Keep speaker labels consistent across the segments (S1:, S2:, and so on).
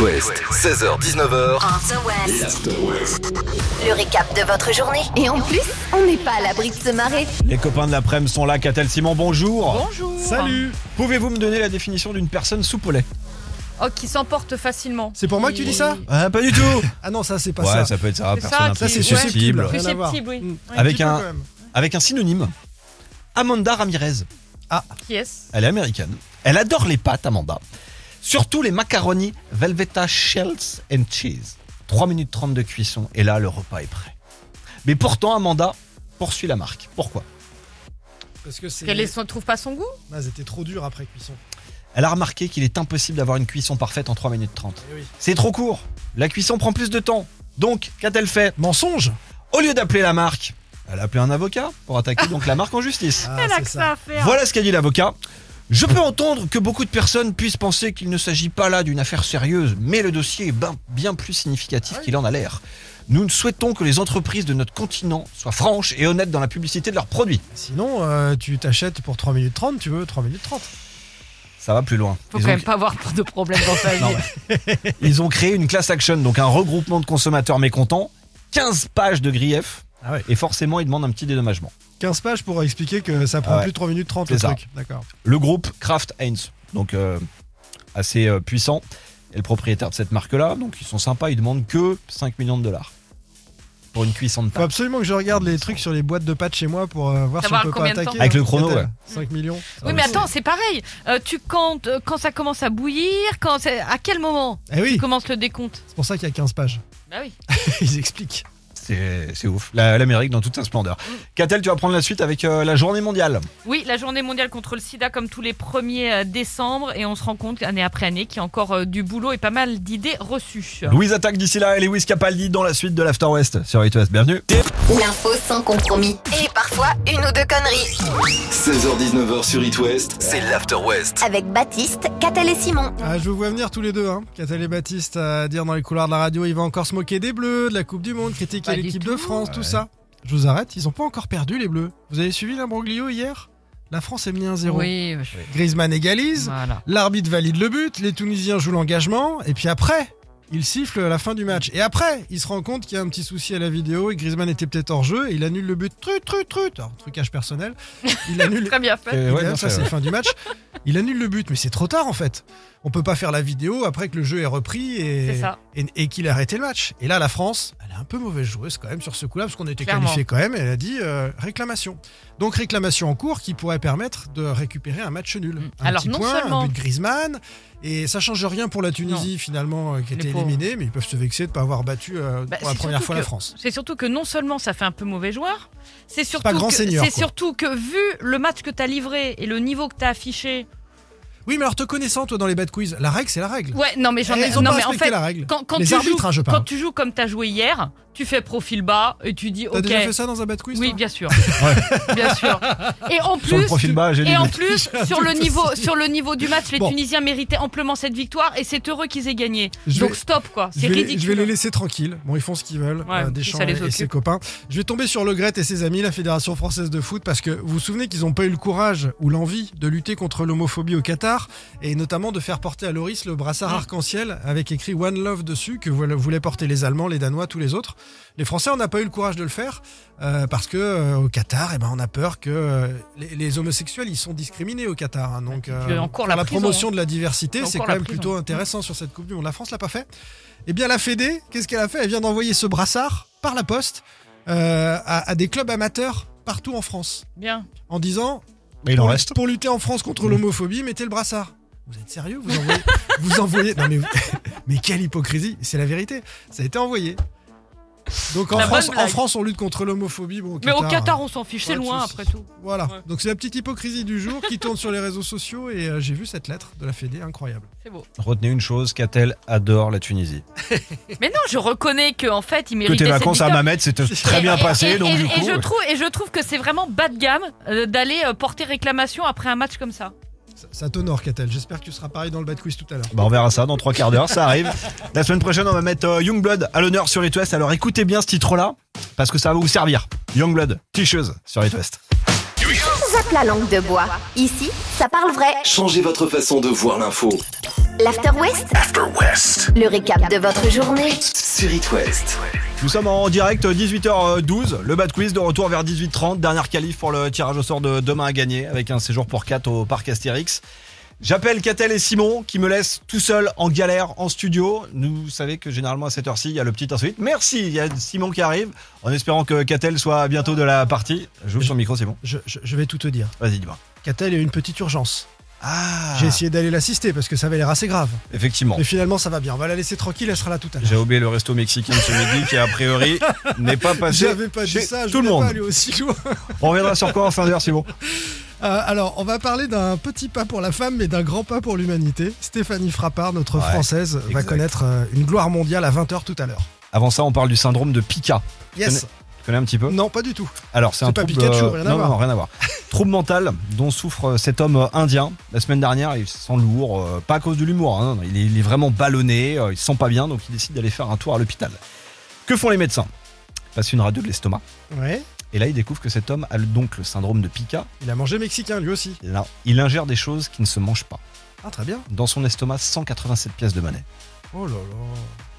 S1: West, 16h-19h,
S2: After West. Le récap de votre journée. Et en plus, on n'est pas à l'abri de se marrer.
S3: Les copains de l'après-midi sont là. Catel Simon, bonjour.
S4: Bonjour.
S5: Salut
S3: Pouvez-vous me donner la définition d'une personne sous poulet
S4: Oh, qui s'emporte facilement.
S5: C'est pour moi que tu dis ça
S3: Euh, Pas du tout.
S5: Ah non, ça c'est pas
S3: ouais, ça.
S5: ça.
S3: peut être ça.
S4: C'est ça
S3: Ah, Personne un
S4: qui-
S3: peu
S5: Ça, c'est
S3: susceptible.
S5: susceptible.
S4: Plus
S5: Rien à voir.
S4: Susceptible, oui.
S5: Mm.
S4: Oui.
S3: Avec
S5: petit peu,
S3: un-
S5: quand même.
S3: Avec un synonyme. Amanda Ramirez.
S4: Qui est-ce
S3: Elle est américaine. Elle adore les pâtes, Amanda. Surtout les macaronis Velveta Shells and Cheese. 3 minutes 30 de cuisson et là, le repas est prêt. Mais pourtant, Amanda poursuit la marque. Pourquoi
S5: Parce que c'est.
S4: Qu'elle ne trouve pas son goût
S5: Ah, elles étaient trop dures après cuisson.
S3: Elle a remarqué qu'il est impossible d'avoir une cuisson parfaite en 3 minutes 30.
S5: Eh oui.
S3: C'est trop court. La cuisson prend plus de temps. Donc, qu'a-t-elle fait
S5: Mensonge
S3: Au lieu d'appeler la marque, elle a appelé un avocat pour attaquer donc la marque en justice.
S5: Ah,
S4: Elle a
S5: c'est
S4: que
S5: ça.
S4: ça à faire.
S3: Voilà ce qu'a dit l'avocat. Je peux entendre que beaucoup de personnes puissent penser qu'il ne s'agit pas là d'une affaire sérieuse, mais le dossier est ben- bien plus significatif qu'il en a l'air. Nous ne souhaitons que les entreprises de notre continent soient franches et honnêtes dans la publicité de leurs produits.
S5: Sinon, euh, tu t'achètes pour 3 minutes 30, tu veux 3 minutes 30.
S3: Ça va plus loin.
S4: Faut
S3: Ils
S4: quand
S3: ont,
S4: même pas avoir de problème dans sa vie.
S3: Non, bah, ils ont créé une class action, donc un regroupement de consommateurs mécontents, 15 pages de griefs,
S5: Ah ouais.
S3: et forcément ils demandent un petit dédommagement.
S5: 15 pages pour expliquer que ça prend
S3: Ah ouais.
S5: plus de 3 minutes 30
S3: C'est
S5: le
S3: ça.
S5: truc. D'accord.
S3: le groupe Kraft Heinz, donc euh, assez euh, puissant, est le propriétaire de cette marque-là. Donc ils sont sympas, ils demandent que 5 millions de dollars pour une cuisson de
S5: Faut
S3: pâtes.
S5: absolument que je regarde les trucs sur les boîtes de pâtes chez moi pour euh, voir si
S4: Savoir
S5: on peut pas
S4: combien de
S5: attaquer.
S4: temps.
S3: Avec le chrono,
S5: Qu'a-t-elle
S3: ouais.
S5: 5 millions. Ah,
S4: Oui, mais attends, c'est pareil. Euh, tu comptes euh, quand ça commence à bouillir, quand c'est- à quel moment
S5: Eh oui,
S4: commence le décompte
S5: c'est pour ça qu'il y a 15 pages.
S4: Bah oui.
S5: Ils expliquent.
S3: C'est c'est ouf. La- L'Amérique dans toute sa splendeur. Catel, tu vas prendre la suite avec euh, la journée mondiale.
S4: Oui, la journée mondiale contre le sida, comme tous les 1er euh, décembre, et on se rend compte, année après année, qu'il y a encore euh, du boulot et pas mal d'idées reçues.
S3: Louise attaque d'ici là et Lewis Capaldi dans la suite de l'After West sur It West. Bienvenue.
S2: L'info sans compromis. Et parfois, une ou deux conneries.
S1: 16h-19h sur It West, c'est l'After West.
S2: Avec Baptiste, Catel et Simon.
S5: Ah, je vous vois venir tous les deux, hein. Catel et Baptiste à dire dans les couloirs de la radio, il va encore se moquer des Bleus, de la Coupe du Monde, critiquer
S4: Pas du
S5: l'équipe
S4: tout.
S5: de France, tout ça. Je vous arrête, ils ont pas encore perdu les Bleus. Vous avez suivi l'imbroglio hier La France est menée 1-0.
S4: Oui, je-
S5: Griezmann égalise,
S4: voilà.
S5: l'arbitre valide le but, les Tunisiens jouent l'engagement, et puis après, ils sifflent à la fin du match. Et après, il se rend compte qu'il y a un petit souci à la vidéo et que Griezmann était peut-être hors jeu, et il annule le but. Trut, trut, trut Alors, trucage personnel. Il annule
S4: Très bien fait.
S3: Euh, ouais,
S5: il
S3: bien
S5: annule- ça,
S3: fait,
S5: c'est
S3: ouais.
S5: fin du match. Il annule le but, mais c'est trop tard en fait. On peut pas faire la vidéo après que le jeu est repris
S4: C'est
S5: et,
S4: ça.
S5: et, et qu'il a arrêté le match. Et là, la France, elle est un peu mauvaise joueuse quand même sur ce coup-là, parce qu'on était
S4: Clairement.
S5: qualifié quand même, et elle a dit euh, réclamation. Donc réclamation en cours qui pourrait permettre de récupérer un match nul.
S4: Mm.
S5: Un
S4: Alors,
S5: petit
S4: non
S5: point,
S4: seulement-
S5: un but de Griezmann, et ça change rien pour la Tunisie finalement, euh, qui
S4: Les
S5: était
S4: pauvres.
S5: éliminée, mais ils peuvent se vexer de pas avoir battu euh,
S4: Bah,
S5: pour la
S4: c'est
S5: première
S4: surtout
S5: fois
S4: que-
S5: la France.
S4: C'est surtout que non seulement ça fait un peu mauvais joueur, c'est surtout,
S5: pas grand
S4: que,
S5: seigneur,
S4: c'est
S5: quoi.
S4: surtout que vu le match que t'as livré et le niveau que t'as affiché.
S5: Oui, mais alors te connaissant toi dans les bad quiz, la règle c'est la règle.
S4: Ouais, non mais j'en
S5: Eh,
S4: ai.
S5: ils ont
S4: non
S5: pas
S4: mais en
S5: respecté
S4: fait,
S5: la règle.
S4: quand, quand
S5: Les
S4: tu
S5: arbitres,
S4: joues,
S5: hein, je parle.
S4: quand tu joues comme t'as joué hier, tu fais profil bas et tu dis
S5: T'as
S4: ok.
S5: déjà fait ça dans un bad quiz
S4: oui,
S5: toi
S4: bien sûr, bien sûr. Et en
S3: Sur le
S4: plus.
S3: profil bas, j'ai dit.
S4: Et en plus, sur le,
S5: doute
S4: niveau,
S5: aussi.
S4: sur le niveau du match, les
S5: Bon.
S4: Tunisiens méritaient amplement cette victoire et c'est heureux qu'ils aient gagné.
S5: Je
S4: Donc
S5: vais-
S4: stop quoi,
S5: Je
S4: c'est
S5: vais, les-
S4: ridicule.
S5: je vais les laisser tranquilles. Bon, ils font ce qu'ils veulent,
S4: Ouais,
S5: euh,
S4: si
S5: Deschamps
S4: ça les
S5: et- et ses
S4: occupe.
S5: copains. Je vais tomber sur Le Gret et ses amis, la Fédération française de foot, parce que vous vous souvenez qu'ils n'ont pas eu le courage ou l'envie de lutter contre l'homophobie au Qatar, et notamment de faire porter à Loris le brassard
S4: Ouais.
S5: arc-en-ciel avec écrit One Love dessus, que voilà- voulaient porter les Allemands, les Danois, tous les autres. Les Français, on n'a pas eu le courage de le faire, euh, parce que euh, au Qatar, eh ben, on a peur que euh, les, les homosexuels, ils sont discriminés au Qatar. hein. donc,
S4: Et puis, en cours, la prison,
S5: promotion de la diversité,
S4: En
S5: c'est
S4: cours,
S5: quand
S4: la
S5: même
S4: prison. Mmh.
S5: plutôt intéressant sur cette Coupe du Monde. La France l'a pas fait. Eh bien, la Fédé, qu'est-ce qu'elle a fait Elle vient d'envoyer ce brassard par la poste euh, à, à des clubs amateurs partout en France
S4: Bien.
S5: en disant
S3: Mais il en
S5: pour,
S3: reste. Mmh.
S5: pour lutter en France contre l'homophobie, mettez le brassard. Vous êtes sérieux Vous envoyez, vous envoyez Non mais vous- mais quelle hypocrisie C'est la vérité. Ça a été envoyé. Donc en
S4: La bonne
S5: France, en
S4: blague.
S5: France, on lutte contre l'homophobie. Bon,
S4: Mais au Qatar,
S5: hein.
S4: on s'en fiche,
S5: pas
S4: c'est
S5: de
S4: loin
S5: soucis.
S4: après tout.
S5: Voilà.
S4: Ouais.
S5: Donc c'est la petite hypocrisie du jour qui tourne sur les réseaux sociaux et euh, j'ai vu cette lettre de la Fédé, incroyable.
S4: C'est beau.
S3: Retenez une chose, Catel adore la Tunisie.
S4: Mais non, je reconnais qu'en fait, ils
S3: Que
S4: méritaient
S3: tes
S4: cette
S3: vacances à
S4: victoire.
S3: Mamet c'était très
S4: Et-
S3: bien
S4: et-
S3: passé,
S4: et-
S3: donc
S4: et,
S3: du
S4: et
S3: coup. euh,
S4: je trouve, et je trouve que c'est vraiment bas de gamme euh, d'aller euh, porter réclamation après un match comme ça.
S5: Ça, ça t'honore, Catel. J'espère que tu seras pareil dans le bad quiz tout à l'heure.
S3: Bah, on verra ça dans trois quarts d'heure, ça arrive. La semaine prochaine, on va mettre euh, Youngblood à l'honneur sur It West. Alors écoutez bien ce titre-là, parce que ça va vous servir. Youngblood, ticheuse sur It West.
S2: Zap, coupe la langue de bois. Ici, ça parle vrai.
S1: Changez votre façon de voir l'info.
S2: L'After West,
S1: After West.
S2: le récap de votre journée.
S1: Sur It West.
S3: Nous sommes en direct euh, 18h12, le bad quiz de retour vers 18h30, dernière qualif pour le tirage au sort de demain à gagner avec un séjour pour 4 au parc Astérix. J'appelle Catel et Simon qui me laissent tout seul en galère en studio. Nous savez que généralement à cette heure-ci, il y a le petit insolite. Merci, il y a Simon qui arrive en espérant que Catel soit bientôt de la partie. J'ouvre son micro, c'est bon.
S5: Je, je- je vais tout te dire.
S3: Vas-y, dis-moi.
S5: Catel a eu une petite urgence.
S3: Ah,
S5: J'ai essayé d'aller l'assister parce que ça avait l'air assez grave.
S3: effectivement.
S5: Mais finalement, ça va bien. On va la laisser tranquille, elle sera là tout à l'heure.
S3: J'ai oublié le resto mexicain ce midi qui a priori n'est pas passé.
S5: J'avais pas dit
S3: chez
S5: ça, je
S3: tout le
S5: voulais
S3: monde.
S5: pas aller aussi loin.
S3: On reviendra sur quoi en fin d'heure, Simon
S5: Euh, alors, on va parler d'un petit pas pour la femme, mais d'un grand pas pour l'humanité. Stéphanie Frappard, notre
S3: Ouais,
S5: française, va
S3: exact.
S5: connaître euh, une gloire mondiale à 20h tout à l'heure.
S3: Avant ça, on parle du syndrome de Pica.
S5: Yes
S3: Tu connais un petit peu
S5: Non, pas du tout.
S3: Alors, c'est
S5: C'est
S3: un
S5: pas
S3: trouble. euh,
S5: Pikachu, rien à
S3: non,
S5: voir.
S3: non, rien à voir. trouble mental dont souffre euh, cet homme indien. La semaine dernière, il se sent lourd, euh, pas à cause de l'humour. hein, non, non, il, est, il est vraiment ballonné, euh, il se sent pas bien, donc il décide d'aller faire un tour à l'hôpital. Que font les médecins Ils Passent une radio de l'estomac.
S5: Ouais.
S3: Et là, ils découvrent que cet homme a le- donc le syndrome de Pica.
S5: Il a mangé mexicain lui aussi.
S3: Et là, il ingère des choses qui ne se mangent pas.
S5: Ah, très bien.
S3: Dans son estomac, 187 pièces de monnaie.
S5: Oh là là.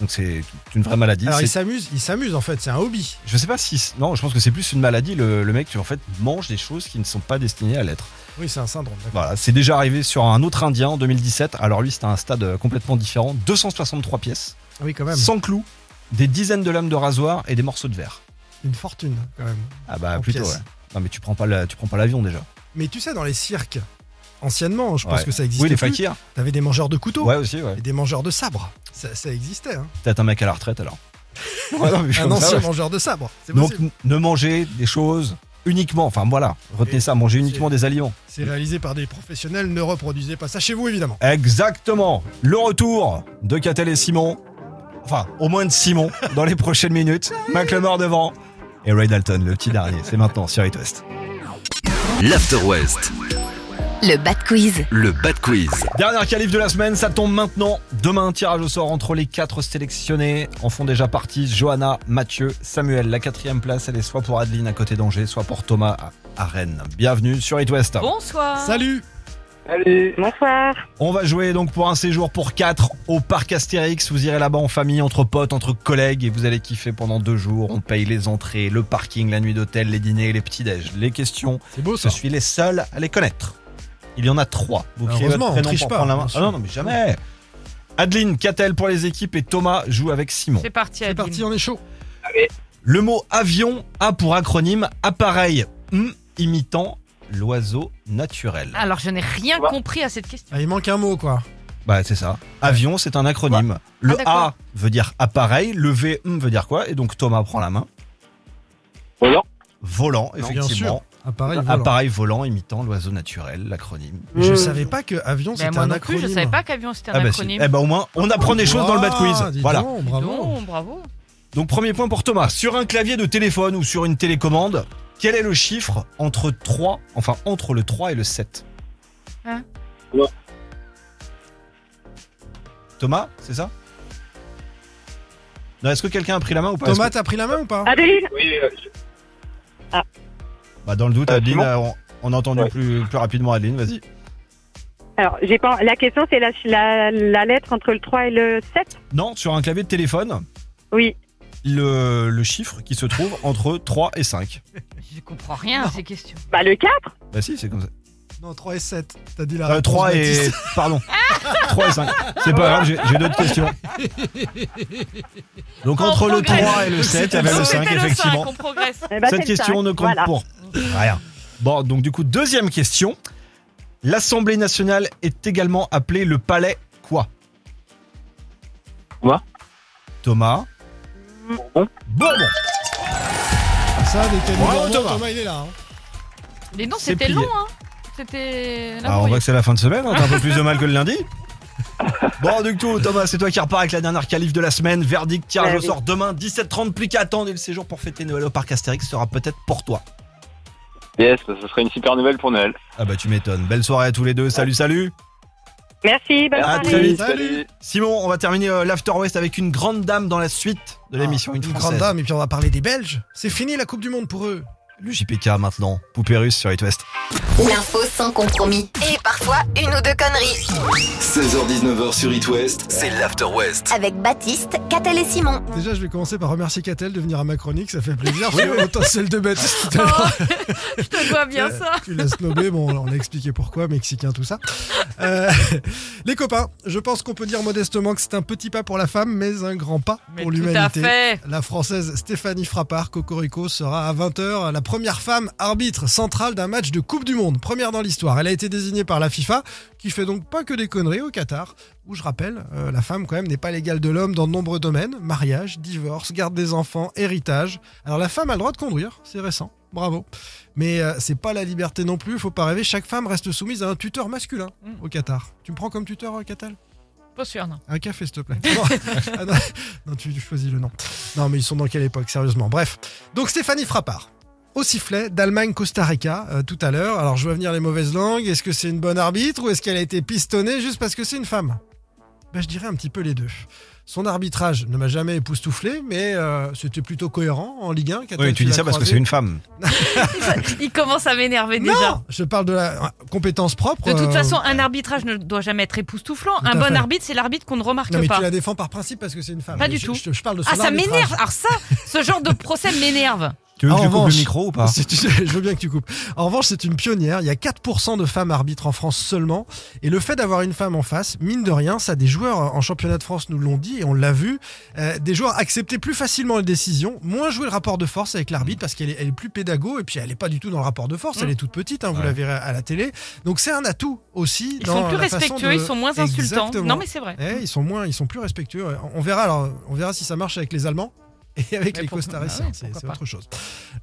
S3: Donc c'est une vraie maladie.
S5: Alors,
S3: C'est-
S5: il s'amuse, il s'amuse en fait, c'est un hobby.
S3: Je sais pas si. Non, je pense que c'est plus une maladie. Le, le mec, tu, en fait, mange des choses qui ne sont pas destinées à l'être.
S5: Oui, c'est un syndrome. d'accord.
S3: Voilà, c'est déjà arrivé sur un autre Indien en 2017. Alors lui, c'était un stade euh, complètement différent. 263 pièces,
S5: Ah Oui, quand même.
S3: sans clous, des dizaines de lames de rasoir et des morceaux de verre.
S5: Une fortune, quand même.
S3: Ah bah
S5: En
S3: plutôt.
S5: pièces.
S3: ouais. Non mais tu prends pas la- tu prends pas l'avion déjà.
S5: Mais tu sais, dans les cirques, anciennement, je pense
S3: Ouais.
S5: que ça existait.
S3: Oui, les
S5: plus,
S3: fakirs.
S5: T'avais des mangeurs de couteaux
S3: Ouais aussi. Ouais.
S5: et des mangeurs de sabres. Ça, ça existait, hein.
S3: Peut-être un mec à la retraite alors. Ouais, non, mais je suis
S5: Un
S3: comme ça,
S5: ancien
S3: ouais.
S5: mangeur de sabres. C'est
S3: Donc
S5: possible.
S3: n- ne mangez des choses uniquement. Enfin voilà, retenez
S5: Et
S3: ça. Mangez uniquement des aliments.
S5: C'est réalisé par des professionnels, ne reproduisez pas ça chez vous évidemment.
S3: Exactement. Le retour de Catel et Simon. Enfin, au moins de Simon dans les prochaines minutes. McLemore devant. Et Ray Dalton, le petit dernier. C'est maintenant sur It West.
S1: L'After West.
S2: Le Bad Quiz.
S1: Le Bad Quiz.
S3: Dernière qualif de la semaine, ça tombe maintenant. Demain, un tirage au sort entre les quatre sélectionnés. En font déjà partie Johanna, Mathieu, Samuel. La quatrième place, elle est soit pour Adeline à côté d'Angers, soit pour Thomas à- à Rennes. Bienvenue sur It West.
S4: Bonsoir.
S5: Salut
S6: Salut.
S7: Bonsoir.
S3: On va jouer donc pour un séjour pour 4 au parc Astérix. Vous irez là-bas en famille, entre potes, entre collègues et vous allez kiffer pendant deux jours. On paye les entrées, le parking, la nuit d'hôtel, les dîners, les petits-déj. Les questions,
S5: C'est beau
S3: je
S5: ça.
S3: suis les seuls à les connaître. Il y en a trois. Vous criez votre
S5: Heureusement, on
S3: prénom
S5: triche
S3: pour
S5: pas,
S3: prendre la main.
S5: bien sûr.
S3: Ah non, non, mais jamais. Adeline, Catel pour les équipes et Thomas joue avec Simon.
S4: C'est parti,
S5: C'est
S4: Adeline.
S5: parti, on est chaud.
S3: Le mot avion a pour acronyme appareil M imitant l'oiseau naturel.
S4: Alors, je n'ai rien
S6: Ouais.
S4: compris à cette question.
S5: Ah, il manque un mot quoi.
S3: Bah c'est ça. Avion, c'est un acronyme.
S5: Ah,
S3: Le
S4: d'accord.
S3: A veut dire appareil, le V hum, veut dire quoi Et donc Thomas prend la main.
S6: Volant.
S3: Volant,
S5: bien
S3: effectivement.
S5: Appareil volant.
S3: Appareil volant imitant l'oiseau naturel, l'acronyme. Mmh.
S5: Mais Je savais pas que avion
S4: Ben,
S5: c'était
S4: moi
S5: un
S4: non plus,
S5: acronyme.
S4: je savais pas qu'avion c'était un
S3: Ah bah, c'est-
S4: acronyme.
S3: eh bah, au moins, on apprend des choses dans le bad
S5: Ah,
S3: quiz.
S5: dis
S3: Voilà.
S5: donc,
S4: Dis
S5: bravo.
S4: donc, bravo.
S3: Donc premier point pour Thomas. Sur un clavier de téléphone ou sur une télécommande, quel est le chiffre entre 3, enfin entre le 3 et le 7
S4: Hein
S6: Ouais.
S3: Thomas, c'est ça Non, est-ce que quelqu'un a pris la main ou pas
S5: Thomas,
S3: Est-ce
S5: t'as pris la main ou
S4: Ah.
S5: pas
S7: Adeline
S6: Oui, euh, je-
S3: que- Bah, dans le doute,
S6: Euh,
S3: Adeline,
S6: Simon
S3: euh, on, on a entendu
S6: Ouais.
S3: plus, plus rapidement Adeline, vas-y.
S7: Alors, j'ai pas... la question, c'est la, la, la lettre entre le 3 et le 7
S3: Non, sur un clavier de téléphone,
S7: Oui.
S3: le, le chiffre qui se trouve entre 3 et 5.
S4: Je comprends rien à ces questions.
S7: Bah, le 4
S3: Bah si, c'est comme ça.
S5: Non, 3 et 7. T'as dit la
S3: Euh,
S5: réponse,
S3: 3 et...
S5: Baptiste.
S3: Pardon. 3 et 5. C'est pas grave, j'ai j'ai d'autres questions. Donc
S4: On
S3: entre le
S4: progresse.
S3: 3 et le 7, il y avait le
S4: Donc,
S3: 5,
S4: c'était le
S3: effectivement.
S4: 5, on progresse.
S7: Eh ben, c'est
S3: Cette
S7: le
S3: question
S7: cinq.
S3: ne compte
S7: Voilà.
S3: pour rien. Bon, donc du coup, deuxième question. L'Assemblée nationale est également appelée le palais quoi
S6: Quoi
S3: Thomas.
S6: Bourbon.
S3: Bourbon
S5: Ça, des cadeaux
S3: Bravo,
S5: Bourbon,
S3: Thomas.
S5: Thomas, il est là. hein.
S4: Les noms,
S3: C'est
S4: c'était
S3: plié.
S4: long, hein. C'était.
S3: Alors, Ah, on voit que c'est la fin de semaine, hein, t'as un peu plus de mal que le lundi. Bon, du coup, Thomas, c'est toi qui repars avec la dernière qualif de la semaine. Verdict, tirage
S7: Ouais,
S3: au
S7: oui.
S3: sort demain, 17h30. Plus qu'à attendre et le séjour pour fêter Noël au parc Astérix sera peut-être pour toi.
S6: Yes, bah, ce serait une super nouvelle pour Noël.
S3: Ah bah, tu m'étonnes. Belle soirée à tous les deux. Salut, salut.
S7: Merci, bonne
S3: À
S7: soirée.
S3: très vite.
S5: Salut.
S3: Simon, on va terminer euh, l'After West avec une grande dame dans la suite de l'émission.
S5: Ah,
S3: une
S5: grande
S3: française.
S5: dame, et puis on va parler des Belges. C'est fini la Coupe du Monde pour eux.
S3: le JPK maintenant. Poupée russe sur It West.
S2: L'info sans compromis. Et parfois, une ou deux conneries.
S1: 16h-19h sur It West, c'est l'After West.
S2: Avec Baptiste, Catel et Simon.
S5: Déjà, je vais commencer par remercier Catel de venir à ma chronique, ça fait plaisir. Parce que Autant celle de Baptiste tout à l'heure,
S4: Oh, je te vois bien
S5: tu-
S4: ça.
S5: Tu l'as snobé, bon, on a expliqué pourquoi, mexicain, tout ça. Euh, les copains, je pense qu'on peut dire modestement que c'est un petit pas pour la femme, mais un grand pas
S4: Mais
S5: pour
S4: tout à
S5: l'humanité.
S4: fait.
S5: La française Stéphanie Frappard, Cocorico, sera à 20h la première femme arbitre centrale d'un match de Coupe du Monde, première dans l'histoire. Elle a été désignée par la FIFA, qui fait donc pas que des conneries au Qatar, où je rappelle, euh, la femme quand même n'est pas l'égale de l'homme dans de nombreux domaines, mariage, divorce, garde des enfants, héritage. Alors la femme a le droit de conduire, c'est récent, bravo. Mais euh, c'est pas la liberté non plus, faut pas rêver, chaque femme reste soumise à un tuteur masculin
S4: Mm.
S5: au Qatar. Tu me prends comme tuteur, euh, Qatar
S4: Pas sûr, non.
S5: un café, s'il te plaît. Non, Ah non, non, tu choisis le nom. Non, mais ils sont dans quelle époque, sérieusement Bref. Donc, Stéphanie Frappard. Au sifflet d'Allemagne-Costa Rica euh, tout à l'heure. Alors, je vois venir les mauvaises langues. Est-ce que c'est une bonne arbitre ou est-ce qu'elle a été pistonnée juste parce que c'est une femme ben, Je dirais un petit peu les deux. Son arbitrage ne m'a jamais époustouflé, mais euh, c'était plutôt cohérent en Ligue 1.
S3: Oui, Euh, tu dis ça parce que c'est une femme.
S4: Il commence à m'énerver déjà.
S5: Non, je parle de la euh, compétence propre.
S4: De toute
S5: euh,
S4: façon, un arbitrage ne doit jamais être époustouflant.
S5: Tout à
S4: Un bon
S5: fait.
S4: arbitre, c'est l'arbitre qu'on ne remarque
S5: Non, mais
S4: pas.
S5: tu la défends par principe parce que c'est une femme.
S4: Pas du
S5: Je-
S4: tout.
S5: Je, je parle de son
S4: Ah, ça
S5: arbitrage.
S4: m'énerve. Alors ça, ce genre de procès m'énerve.
S3: Tu veux
S5: En
S3: que je coupe
S5: revanche,
S3: le micro ou pas
S5: Si tu- je veux bien que tu coupes. En revanche, c'est une pionnière. Il y a 4% de femmes arbitres en France seulement. Et le fait d'avoir une femme en face, mine de rien, ça, des joueurs en championnat de France nous l'ont dit et on l'a vu. euh, des joueurs acceptaient plus facilement les décisions, moins jouer le rapport de force avec l'arbitre parce qu'elle est, elle est plus pédago et puis elle n'est pas du tout dans le rapport de force.
S4: Mm.
S5: Elle est toute petite, hein, vous
S3: Ouais.
S5: la verrez à la télé. Donc c'est un atout aussi.
S4: Ils
S5: dans
S4: sont plus
S5: la façon
S4: respectueux,
S5: de-
S4: ils sont moins insultants.
S5: Exactement.
S4: Non, mais c'est vrai.
S5: Eh, ils sont moins, ils sont plus respectueux. ouais. On verra alors, on verra si ça marche avec les Allemands et avec
S4: Mais
S5: les
S4: pour-
S5: Costariciens.
S4: Ah ouais,
S5: c'est
S4: pourquoi
S5: c'est
S4: pas.
S5: autre chose.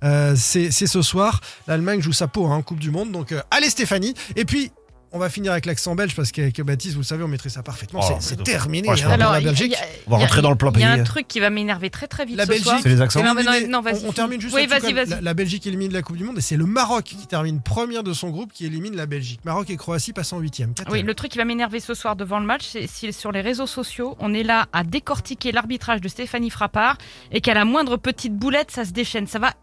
S5: Euh, c'est c'est ce soir. L'Allemagne joue sa peau hein, en Coupe du Monde. Donc euh, allez Stéphanie. Et puis. On va finir avec l'accent belge parce qu'avec Baptiste, vous le savez, on maîtrise ça parfaitement.
S3: Oh,
S5: C'est-
S3: mais
S5: c'est
S3: donc,
S5: terminé.
S3: franchement.
S5: hein,
S3: Alors,
S5: pour la
S4: il y a- il
S5: Belgique.
S4: y a-
S3: On va
S4: il y a-
S3: rentrer dans le plan
S4: Il y a un
S3: pays.
S4: truc qui va m'énerver très très vite
S5: La
S4: ce
S5: Belgique,
S4: soir.
S3: C'est les accents
S4: Non, mais non,
S5: Éliminée-
S4: non, vas-y,
S5: on, on termine juste
S4: Oui,
S5: là-dessus,
S4: vas-y,
S5: quand même.
S4: vas-y.
S5: La, la Belgique élimine la Coupe du Monde et c'est le Maroc qui termine première de son groupe qui élimine la Belgique. Maroc et Croatie passent en huitième. Quatre
S4: Oui, le truc qui va m'énerver ce soir devant le match, c'est si sur les réseaux sociaux, on est là à décortiquer l'arbitrage de Stéphanie Frappard et qu'à la moindre petite boulette, ça se déchaîne. Ça va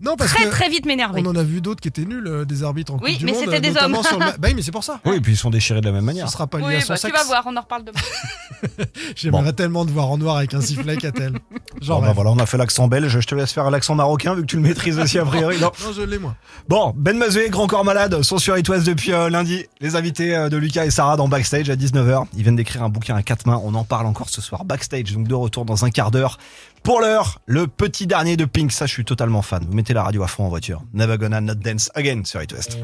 S5: Non parce
S4: très
S5: que
S4: très vite m'énerver.
S5: on en a vu d'autres qui étaient nuls euh, des arbitres en
S4: Oui,
S5: Coupe du
S4: mais
S5: Monde.
S4: c'était
S5: euh,
S4: des
S5: notamment
S4: hommes.
S5: sur le ma- Bah oui, mais c'est pour ça.
S3: Oui, et puis ils sont déchirés de la même
S5: Ce
S3: manière.
S5: sera pas lié
S4: Oui,
S5: à son
S4: bah, tu
S5: sexe.
S4: vas voir, on en reparle demain.
S5: J'aimerais
S3: Bon.
S5: tellement te voir en noir avec un sifflet, Catel. Genre,
S3: Bon, bah
S5: rêve.
S3: voilà, on a fait l'accent belge. Je te laisse faire l'accent marocain vu que tu le maîtrises aussi a priori. Non.
S5: non, je l'ai moi.
S3: Bon, Ben Mazoué, Grand Corps Malade sont sur It West depuis euh, lundi. Les invités euh, de Lucas et Sarah dans Backstage à 19h. Ils viennent d'écrire un bouquin à quatre mains. On en parle encore ce soir. Backstage, donc de retour dans un quart d'heure. Pour l'heure, le petit dernier de Pink. Ça, je suis totalement fan. Vous mettez la radio à fond en voiture. Never gonna not dance again sur It West.